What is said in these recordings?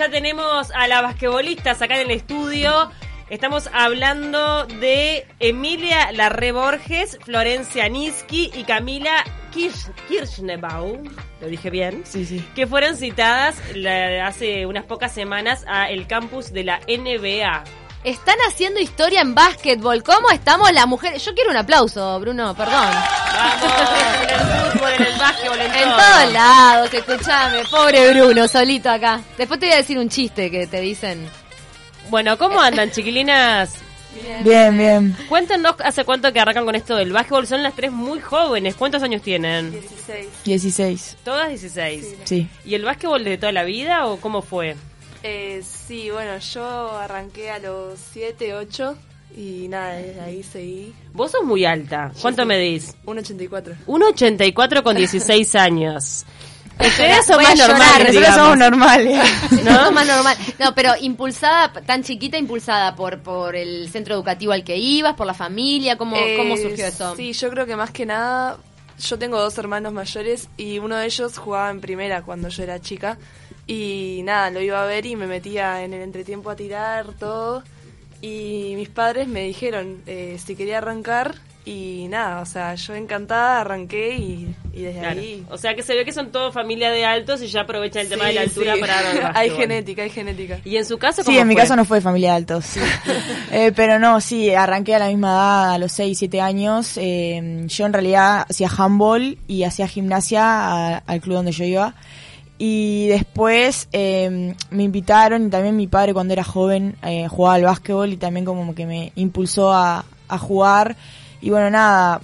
Ya tenemos a las basquetbolistas acá en el estudio. Estamos hablando de Emilia Larre Borges, Florencia Niski y Camila Kirch- Kirchnebau, lo dije bien, Sí, sí. que fueron citadas la- hace unas pocas semanas a el campus de la NBA. Están haciendo historia en básquetbol. ¿Cómo estamos las mujeres? Yo quiero un aplauso, Bruno, perdón. Vamos, en el fútbol, en el básquetbol, en, En todo. todos lados, escuchame. Pobre Bruno, solito acá. Después te voy a decir un chiste que te dicen. Bueno, ¿cómo andan, chiquilinas? Bien, bien. Cuéntenos hace cuánto que arrancan con esto del básquetbol. Son las tres muy jóvenes. ¿Cuántos años tienen? 16. 16. Todas 16. Sí. ¿Y el básquetbol de toda la vida o cómo fue? Eh, sí, bueno, yo arranqué a los 7, 8 y nada, desde ahí seguí. Vos sos muy alta. ¿Cuánto medís? 1,84. 1,84 con 16 años. Ustedes son Voy a más llorar, normales, Ah, Nosotros digamos. somos normales. ¿No? Más normal. No, pero impulsada, tan chiquita, impulsada por, por el centro educativo al que ibas, por la familia. ¿Cómo, Eh, cómo surgió eso? Sí, yo creo que más que nada, yo tengo dos hermanos mayores y uno de ellos jugaba en primera cuando yo era chica. Y nada, lo iba a ver y me metía en el entretiempo a tirar todo. Y mis padres me dijeron eh, si quería arrancar y nada, o sea, yo encantada arranqué y, y desde Claro. ahí... O sea que se ve que son todos familia de altos y ya aprovechan el tema de la Sí, altura sí. para dar Hay básquetbol. genética, hay genética. ¿Y en su caso Sí, en mi caso no fue de familia de altos. Eh, pero no, sí, arranqué a la misma edad, a los 6, 7 años. Eh, yo en realidad hacía handball y hacía gimnasia a- al club donde yo iba. Y después eh, me invitaron y también mi padre cuando era joven eh, jugaba al básquetbol y también como que me impulsó a, a jugar. Y bueno, nada,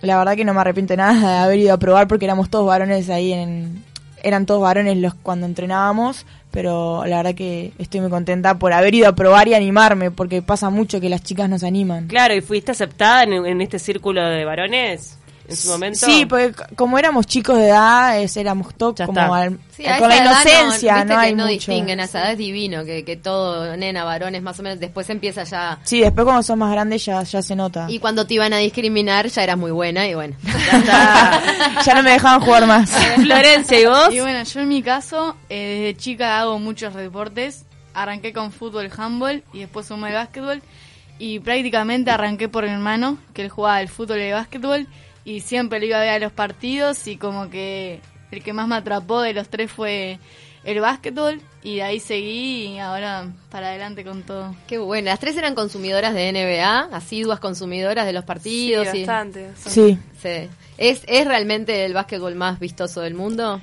la verdad que no me arrepiento de nada de haber ido a probar porque éramos todos varones ahí en eran todos varones los cuando entrenábamos, pero la verdad que estoy muy contenta por haber ido a probar y animarme porque pasa mucho que las chicas nos animan. Claro, ¿y fuiste aceptada en, en este círculo de varones en su momento? Sí, pues. porque c- como éramos chicos de edad, es- éramos todos Ya como está. al- Sí, a Eh, con la esa edad inocencia, viste no, que hay no mucho. distinguen, a esa edad es divino, que, que todo, nena, varones, más o menos, después empieza ya... Sí, después cuando sos más grande ya, ya se nota. Y cuando te iban a discriminar ya eras muy buena y bueno. Ya está. ya no me dejaban jugar más. Florencia, ¿y vos? Y bueno, yo en mi caso, eh, desde chica hago muchos deportes. Arranqué con fútbol, handball y después sumé el básquetbol. Y prácticamente arranqué por mi hermano, que él jugaba al fútbol y el básquetbol. Y siempre lo iba a ver a los partidos y como que el que más me atrapó de los tres fue el básquetbol. Y de ahí seguí y ahora para adelante con todo. Qué bueno, las tres eran consumidoras de NBA, asiduas consumidoras de los partidos. Sí, y- bastante. Sí. Sí. ¿Es, ¿Es realmente el básquetbol más vistoso del mundo?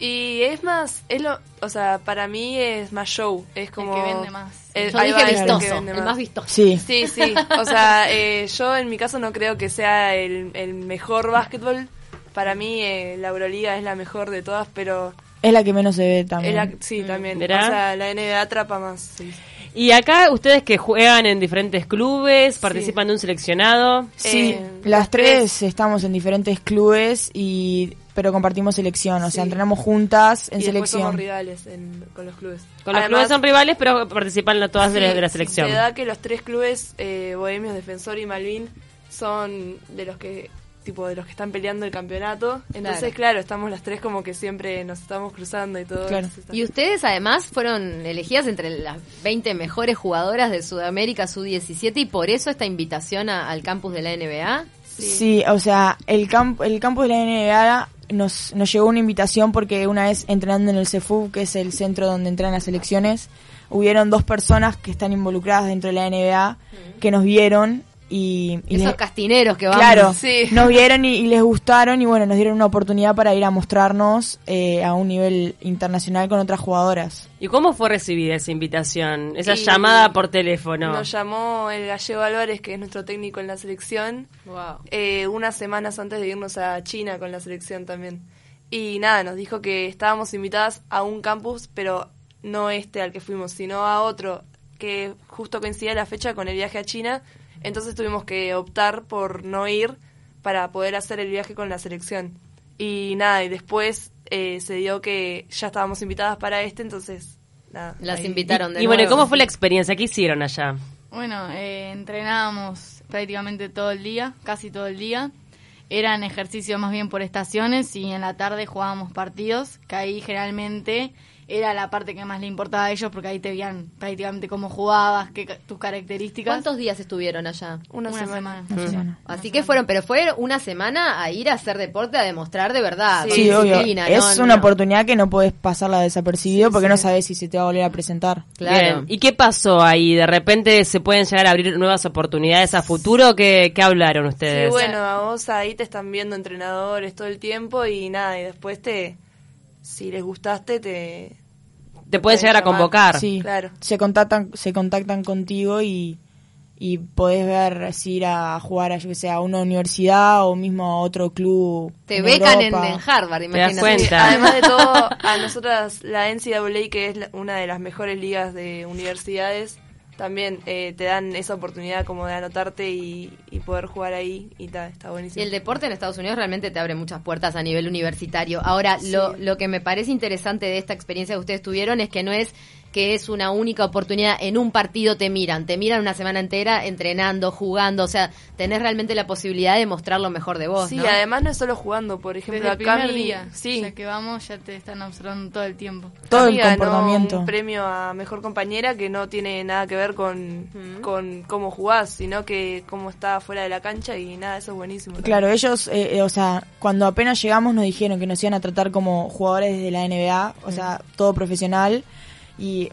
Y es más, es lo, o sea, para mí es más show, es como que vende más. el- Yo Eh, ahí dije va, es el que vistoso, el, vende más vistoso. Sí. Sí, sí, o sea, eh, yo en mi caso no creo que sea el, el mejor básquetbol. Para mí eh, la Euroliga es la mejor de todas, pero Es la que menos se ve también. es la- sí, también. ¿Verá? O sea, la NBA atrapa más. sí. Y acá ustedes que juegan en diferentes clubes, participan de un seleccionado. Sí, Eh, las las tres estamos en diferentes clubes y pero compartimos selección, o sea, Sí. entrenamos juntas en y después somos selección. rivales en- con los clubes. Con los Además, clubes son rivales, pero participan la- todas de, la, Sí, de la sí, selección. Se da que los tres clubes, eh, Bohemios, Defensor y Malvin, son de los que tipo de los que están peleando el campeonato. Entonces, Claro. claro, estamos las tres como que siempre nos estamos cruzando y todo. Claro. eso está- Y ustedes además fueron elegidas entre las 20 mejores jugadoras de Sudamérica, su 17, y por eso esta invitación a- al campus de la NBA. Sí. o sea, el campo el campo de la NBA nos, nos llegó una invitación porque una vez entrenando en el CEFUB, que es el centro donde entrenan las selecciones, hubieron dos personas que están involucradas dentro de la NBA Mm. que nos vieron y, y Esos les- castineros que van. Claro, Sí. nos vieron y, y les gustaron y bueno, nos dieron una oportunidad para ir a mostrarnos eh, a un nivel internacional con otras jugadoras. ¿Y cómo fue recibida esa invitación? Esa Y- llamada por teléfono. Nos llamó el gallego Álvarez, que es nuestro técnico en la selección, Wow. eh, unas semanas antes de irnos a China con la selección también. Y nada, nos dijo que estábamos invitadas a un campus, pero no este al que fuimos, sino a otro, que justo coincidía la fecha con el viaje a China. Entonces tuvimos que optar por no ir para poder hacer el viaje con la selección. Y nada, y después eh, se dio que ya estábamos invitadas para este, entonces nada. Las ahí- invitaron de y bueno, ¿y nuevo. ¿cómo fue la experiencia? ¿Qué hicieron allá? Bueno, eh, entrenábamos prácticamente todo el día, casi todo el día. Eran ejercicios más bien por estaciones y en la tarde jugábamos partidos, que ahí generalmente era la parte que más le importaba a ellos porque ahí te veían prácticamente cómo jugabas, qué, ca- tus características. ¿Cuántos días estuvieron allá? Una, semana. una Mm. semana. Así que fueron, pero fue una semana a ir a hacer deporte, a demostrar de verdad. Sí, con Sí, obvio. disciplina, ¿no? es No, una no. oportunidad que no puedes pasarla desapercibido porque no sabes si se te va a volver a presentar. Claro. Bien, ¿y qué pasó ahí? ¿De repente se pueden llegar a abrir nuevas oportunidades a futuro? ¿Qué, qué hablaron Eh, ustedes? Sí, bueno, a vos ahí te están viendo entrenadores todo el tiempo y nada, y después te, si les gustaste, te... Te pueden llegar a llamar. convocar. Sí, Claro. se contactan, se contactan contigo y, y podés ver si ir a jugar a, yo que sé, a una universidad o mismo a otro club. Te becan en, Europa. en Harvard, das imagínate. cuenta. Sí, además de todo, a nosotras la NCAA, que es la- una de las mejores ligas de universidades, también eh, te dan esa oportunidad como de anotarte y, y poder jugar ahí y ta, está Y buenísimo. el deporte en Estados Unidos realmente te abre muchas puertas a nivel universitario. Ahora, lo, lo que me parece interesante de esta experiencia que ustedes tuvieron es que no es que es una única oportunidad. En un partido te miran, te miran una semana entera entrenando, jugando. O sea, tenés realmente la posibilidad de mostrar lo mejor de vos. sí, ¿no? además no es solo jugando, por Desde ejemplo, el acá primer día. Sí, O sea que vamos, ya te están observando todo el tiempo. Todo Cami el ganó comportamiento. un premio a mejor compañera que no tiene nada que ver con, con cómo jugás, sino que cómo está fuera de la cancha y nada, eso es buenísimo. también. Claro, ellos, eh, eh, o sea, cuando apenas llegamos nos dijeron que nos iban a tratar como jugadores de la NBA, o sea, todo profesional, y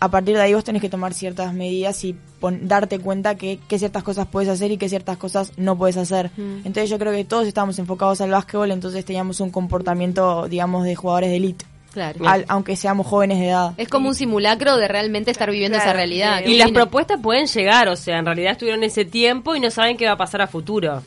a partir de ahí vos tenés que tomar ciertas medidas y pon- darte cuenta que, que ciertas cosas puedes hacer y que ciertas cosas no puedes hacer. Entonces yo creo que todos estábamos enfocados al básquetbol, entonces teníamos un comportamiento, digamos, de jugadores de elite, Claro. al- aunque seamos jóvenes de edad. Es como un simulacro de realmente estar viviendo Claro, esa realidad. sí. Qué Y las lindo. propuestas pueden llegar, o sea, en realidad estuvieron ese tiempo y no saben qué va a pasar a futuro.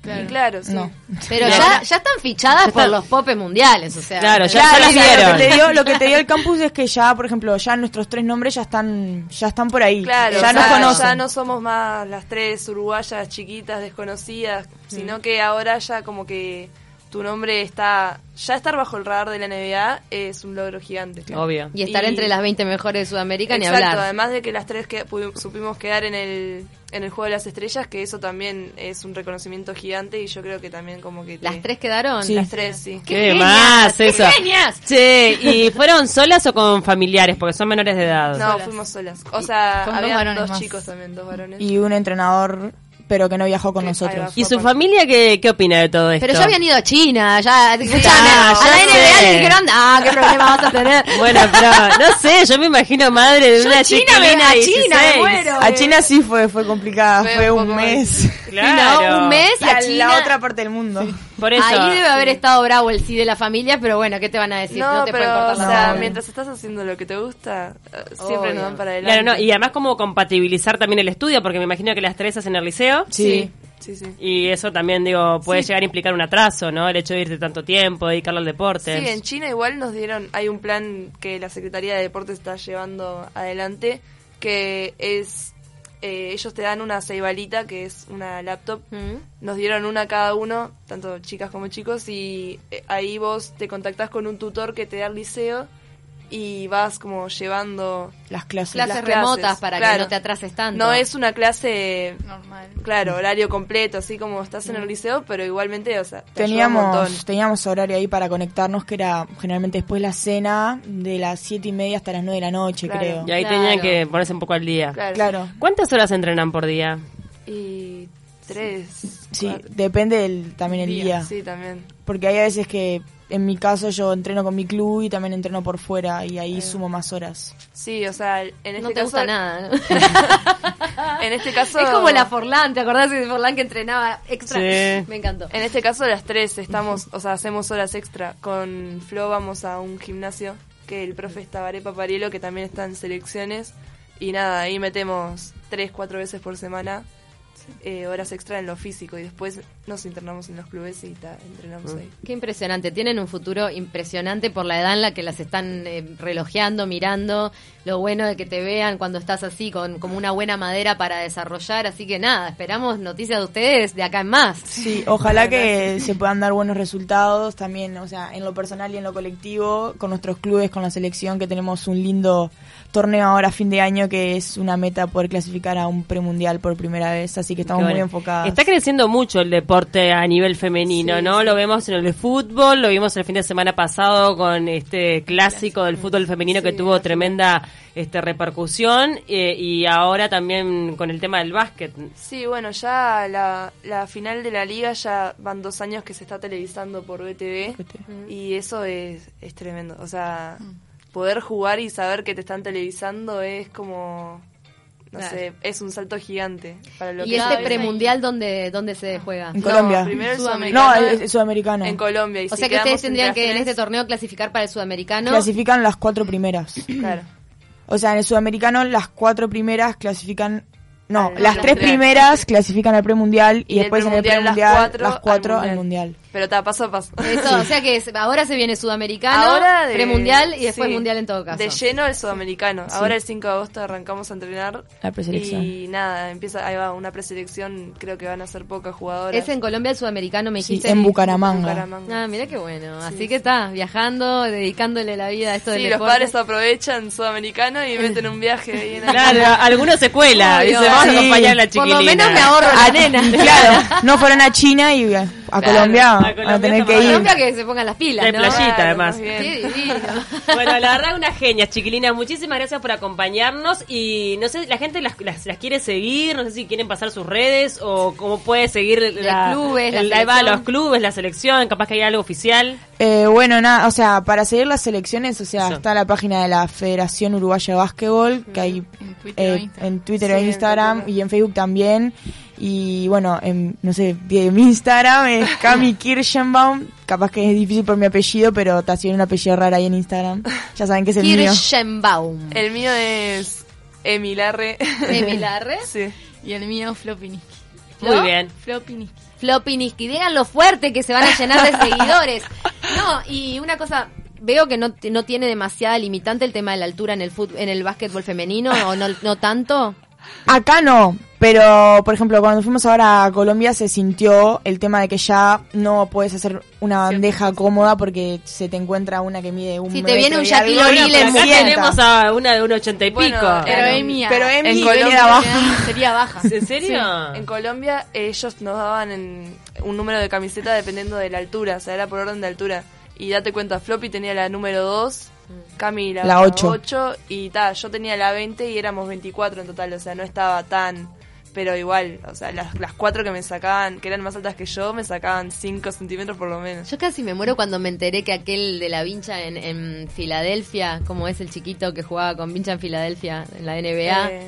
Claro. Y claro, sí. No. Pero No. ya, ya están fichadas Ya por están. los popes mundiales, o sea. Claro, ya- Claro, las o sea, vieron. lo que te dio, lo que te dio el campus es que ya, por ejemplo, ya nuestros tres nombres ya están, ya están por ahí. Claro, ya o nos sea, conocen. ya no somos más las tres uruguayas chiquitas, desconocidas, sino que ahora ya como que tu nombre está, ya estar bajo el radar de la NBA es un logro gigante. Obvio. Y estar Y- entre las 20 mejores de Sudamérica ni Exacto, hablar. además de que las tres que pudi- supimos quedar en el, en el Juego de las Estrellas, que eso también es un reconocimiento gigante y yo creo que también como que... te- Las tres quedaron. Sí. Las tres, sí. ¡Qué ¿Qué genias! más ¡Qué eso? genias! Che, ¿y fueron solas o con familiares? Porque son menores de edad. No, fuimos solas. O sea, Con dos había varones dos más. chicos también, dos varones. y un entrenador, pero que no viajó con Sí, ahí nosotros. va. ¿Y su familia qué, qué opina de todo esto? Pero ya habían ido a China, ya. escuchame, Ah, a ya la sé. NBA le dijeron, ah, qué problema vas a tener. Bueno, pero no sé, yo me imagino madre de Yo una China, chiquilina me- a de China, me 16. muero. A China sí fue, fue complicada, Fue fue, un un poco mes. Claro. No, un mes Y a a China. la otra parte del mundo. Por eso. Ahí debe haber estado bravo el sí de la familia, pero bueno, ¿qué te van a decir? No, no, te pueden pero o cortar la sea, mano. mientras estás haciendo lo que te gusta, eh, siempre Obvio. nos dan para adelante. Claro, no, y además como compatibilizar también el estudio, porque me imagino que las tres hacen el liceo. Sí. Sí, sí. Y eso también, digo, puede llegar a implicar un atraso, ¿no? El hecho de irte tanto tiempo, dedicarlo al Sí, deporte. en China igual nos dieron, hay un plan que la Secretaría de Deportes está llevando adelante, que es, eh, ellos te dan una ceibalita, que es una laptop, ¿Mm? nos dieron una cada uno, tanto chicas como chicos, y eh, ahí vos te contactás con un tutor que te da el liceo y vas como llevando... Las clases. Clases clases, remotas para que claro. no te atrases tanto. No es una clase, Normal. claro, horario completo, así como estás en el Mm. liceo, pero igualmente, o sea, te ayuda un montón. Teníamos, teníamos horario ahí para conectarnos, que era generalmente después la cena, de las siete y media hasta las 9 de la noche, Claro. creo. Y ahí Claro. tenían que ponerse un poco al día. Claro. Claro. ¿Cuántas horas entrenan por día? Y tres. Sí, cuatro. depende del, también el día. Sí, también. Porque hay a veces que, en mi caso, yo entreno con mi club y también entreno por fuera, y ahí sumo más horas. Sí, o sea, en este No te caso, gusta nada. ¿no? En este caso, Es como la Forlán, ¿te acordás de Forlán que entrenaba extra? Sí. Me encantó. en este caso las tres estamos, o sea, hacemos horas extra. Con Flo vamos a un gimnasio que el profe es Tabaré Paparielo, que también está en selecciones. Y nada, ahí metemos tres, cuatro veces por semana eh, horas extra en lo físico y después nos internamos en los clubes y ta, entrenamos ahí. Qué impresionante, tienen un futuro impresionante por la edad en la que las están eh, relojeando, mirando, lo bueno de que te vean cuando estás así, con como una buena madera para desarrollar, así que nada, esperamos noticias de ustedes de acá en más. Sí, ojalá que se puedan dar buenos resultados también, o sea, en lo personal y en lo colectivo, con nuestros clubes, con la selección, que tenemos un lindo torneo ahora a fin de año, que es una meta poder clasificar a un premundial por primera vez, así que estamos Qué muy bueno. enfocadas. Está creciendo mucho el deporte a nivel femenino, ¿no? Lo vemos en el fútbol, lo vimos el fin de semana pasado con este clásico del fútbol femenino que tuvo tremenda este repercusión eh, y ahora también con el tema del básquet. Sí, bueno, ya la, la final de la liga ya van dos años que se está televisando por BTV Mm. y eso es, es tremendo. O sea, poder jugar y saber que te están televisando es como, no Claro. sé, es un salto gigante para lo ¿Y que este es. premundial dónde, dónde se juega? en Colombia. No, primero el No, sudamericano, el, el sudamericano. en Colombia. Y O si sea que ustedes quedamos tendrían entre que en las este tres, torneo clasificar para el sudamericano. Clasifican las cuatro primeras. este- Claro. O sea, en el sudamericano las cuatro primeras clasifican... No, Al- las al tres mundial. primeras clasifican al premundial y, del después en el premundial las premundial las cuatro cuatro, al al mundial. mundial. Pero ta, paso a paso. Eso, o sea que es- ahora se viene sudamericano, Ahora de- premundial y después sí, mundial en todo caso. De lleno el sudamericano. Ahora el 5 de agosto arrancamos a entrenar. La preselección. Y nada, empieza, ahí va, una preselección, creo que van a ser pocas jugadoras. Es en Colombia el sudamericano, me Sí, dijiste. en y- Bucaramanga. Bucaramanga. Ah, mira qué bueno. Así que está, viajando, dedicándole la vida a esto del Sí, los deporte. padres aprovechan sudamericano y meten un viaje ahí en Claro, algunos se cuela, Obvio. dice, vamos a Sí. acompañar a la chiquilina. Por lo menos me ahorro la nena. Ah, Claro, no fueron a China y a, a Colombia van Colombia a tener que estamos- ir. Colombia que se pongan las pilas, De ¿no? playita, Claro, además. más Qué bien. divino. Bueno, la verdad, una genia, chiquilina. Muchísimas gracias por acompañarnos. Y no sé, la gente las, las, las quiere seguir. No sé si quieren pasar sus redes o cómo puede seguir la, clubes, la el- ahí va, selección. los clubes, la selección. Capaz que hay algo oficial. Eh, bueno, nada, o sea, para seguir las selecciones, o sea, Sí. está la página de la Federación Uruguaya de Básquetbol, que hay En Twitter o eh, Instagram. en Twitter Sí, e en Instagram Twitter. y en Facebook también. Y bueno, en, no sé, de- mi Instagram es Cami Kirschenbaum. Capaz que es difícil por mi apellido, pero está haciendo un apellido raro ahí en Instagram. Ya saben que es el mío. Kirschenbaum. El mío es Emilarre. Emilarre. sí. Y el mío, Flopiniki. Muy ¿No? bien. Flopiniki. Flopiniski, díganlo fuerte que se van a llenar de seguidores. No, y una cosa, veo que no, t- no tiene demasiada limitante el tema de la altura en el fut- en el básquetbol femenino, o no, no tanto. Acá no, pero por ejemplo, cuando fuimos ahora a Colombia se sintió el tema de que ya no puedes hacer una bandeja cómoda porque se te encuentra una que mide un Si te metro viene un y algo, Shaquille O'Neal y Por te acá sienta. tenemos a una de un ochenta y Bueno, pico. Pero Claro. Emi, Pero Emi en queda Colombia abajo. sería baja. ¿En serio? En Colombia ellos nos daban en- un número de camiseta dependiendo de la altura, o sea, era por orden de altura. Y date cuenta, Floppy tenía la número 2, Cami la, La ocho. y ta, yo tenía la 20 y éramos 24 en total, o sea, no estaba tan... Pero igual, o sea, las, las cuatro que me sacaban, que eran más altas que yo, me sacaban 5 centímetros por lo menos. Yo casi me muero cuando me enteré que aquel de la vincha en, en Filadelfia, como es el chiquito que jugaba con vincha en Filadelfia, en la NBA. Eh,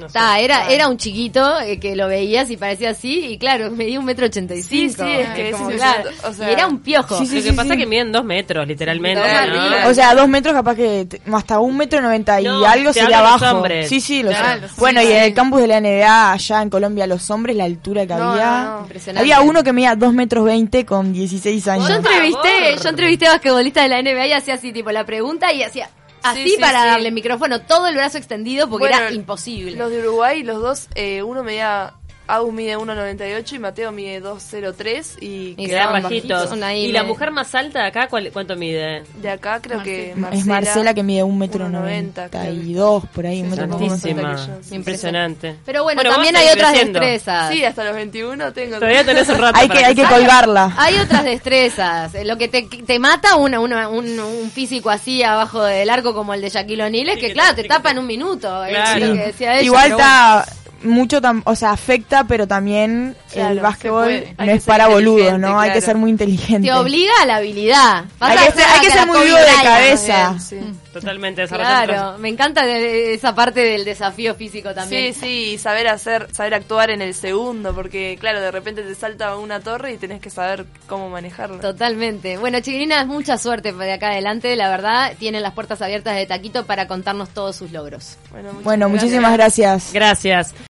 Ah. No sé. Ta, era, era un chiquito eh, que lo veías y parecía así, y claro, medía un metro ochenta y Sí, cinco. sí, es que Eh, es como, un- claro, o sea- y era un piojo. Sí, sí, Lo que pasa es que miden dos metros, literalmente. Sí, ¿no? horrible. O sea, dos metros capaz que te- hasta un metro noventa y No, algo te sería hablo de los abajo. hombres. Sí, sí, lo Claro, sé. sí, bueno, y en sí. el campus de la NBA allá en Colombia los hombres la altura que No, había. no, no. Impresionante. Había uno que medía dos metros veinte con 16 años. Yo entrevisté, favor. yo entrevisté a basquetbolistas de la NBA y hacía así, tipo, la pregunta y hacía así Sí, sí, para sí. darle micrófono, todo el brazo extendido porque era Bueno, imposible. Los de Uruguay, los dos, eh, uno medía... Agus mide 1,98 y Mateo mide 2,03 y, Y Quedan estaban bajitos. bajitos, ahí ¿Y la me- mujer más alta de acá cuál- cuánto mide? De acá creo que Marcela, es Marcela que mide un metro 1,90, noventa y creo. dos, por ahí, un metro es noventa y dos. altísima. Impresionante. Pero bueno, vos también hay seguís otras creciendo. destrezas. Sí, hasta los 21 tengo. Todavía tenés un rato. Hay que, para hay que colgarla. Hay otras destrezas. Eh, Lo que te, te mata una, una- un, un físico así abajo del arco como el de Shaquille O'Neal es Sí, que, que claro, te- te que tapa te- en un minuto. es Ah, Claro. lo que decía ella, Igual pero está mucho, tam- o sea, afecta, pero también Claro, el se básquetbol puede. Hay no que es ser para boludos, inteligente, ¿no? Hay que claro. ser muy bueno, inteligente. Te obliga a la habilidad. Vas Hay a que ser, hacer hay que la ser muy Kobe vivo de Bryant. cabeza. Sí. Totalmente desarrollado. Claro, me encanta de- esa parte del desafío físico Sí, también. sí, y saber hacer, saber actuar en el segundo, porque claro, de repente te salta una torre y tenés que saber cómo manejarla. Totalmente. Bueno, chiquilinas, mucha suerte para acá adelante. La verdad, tienen las puertas abiertas de Taquito para contarnos todos sus logros. Bueno, muchas Bueno, gracias. muchísimas gracias. Gracias.